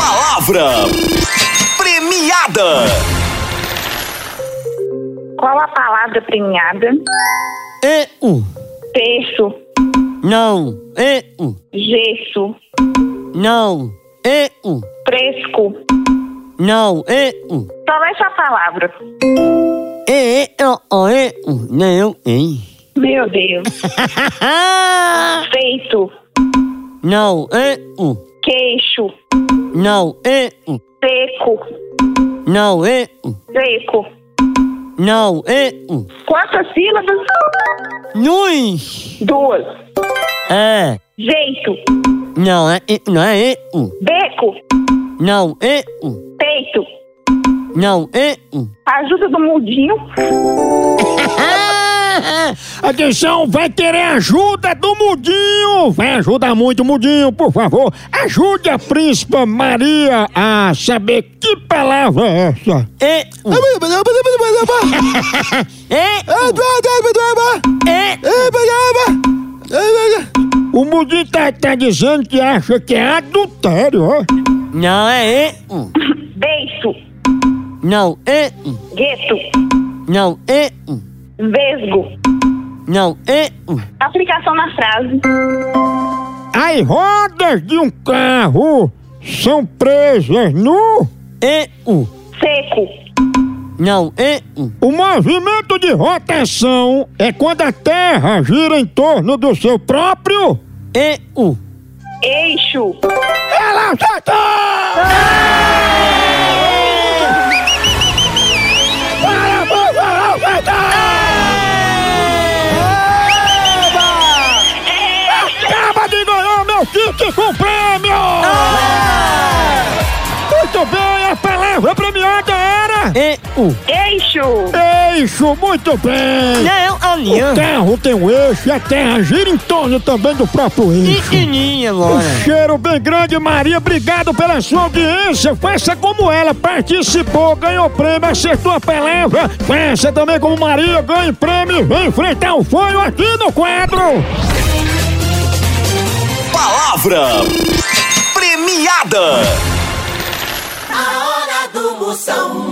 Palavra premiada. Qual a palavra premiada? É um. Terço, Não. É um. gesso, Não. É um. fresco. Não. É um. Só essa palavra. É, é, ó, ó, é um. Não, hein? Meu Deus. Feito, Não. É um. queixo, Não. É um. seco, Não. É um. seco. Não. É um. Quantas sílabas? Nós. Duas. É. Jeito, Não. É, é, não. É um. beco, Não. É um. peito. Não. É um. Ajuda do mundinho. Ah, Atenção, vai querer ajuda do Mudinho! Vai ajudar muito o Mudinho, por favor! Ajude a príncipa Maria a saber que palavra é essa! É um. É um. É O Mudinho tá, tá dizendo que acha que é adultério, ó! Não. É um. Beiço, Não. É um. gueto, Não. É um. vesgo. Não, é um. Aplicação na frase. As rodas de um carro são presas no. É um. Seco, Não, é um. O movimento de rotação é quando a Terra gira em torno do seu próprio. É um. eixo. Ela acertou! Acaba de ganhar meu kit com prêmio! Muito bem, é a palavra premiada era... É um. Eixo. Eixo, muito bem! Não, O olha. carro tem um eixo e a terra gira em torno também do próprio eixo. Pequenininha, Um Laura. cheiro bem grande, Maria. Obrigado pela sua audiência. Faça como ela, participou, ganhou prêmio, acertou a palavra. Faça também como Maria, ganhe prêmio. e Vem enfrentar o sonho aqui no quadro. Palavra premiada. A hora do Moção.